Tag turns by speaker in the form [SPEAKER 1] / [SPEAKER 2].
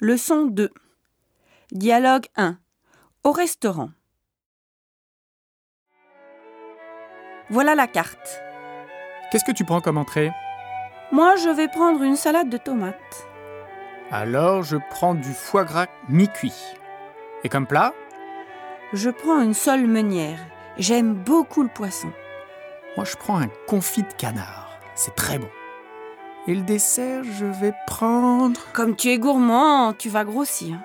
[SPEAKER 1] Leçon 2. Dialogue 1. Au restaurant. Voilà la carte.
[SPEAKER 2] Qu'est-ce que tu prends comme entrée
[SPEAKER 1] Moi, je vais prendre une salade de tomates.
[SPEAKER 2] Alors, je prends du foie gras mi-cuit. Et comme plat
[SPEAKER 1] Je prends une sole meunière. J'aime beaucoup le poisson.
[SPEAKER 2] Moi, je prends un confit de canard. C'est très bon. Et le dessert, je vais prendre.
[SPEAKER 1] Comme tu es gourmand, tu vas grossir.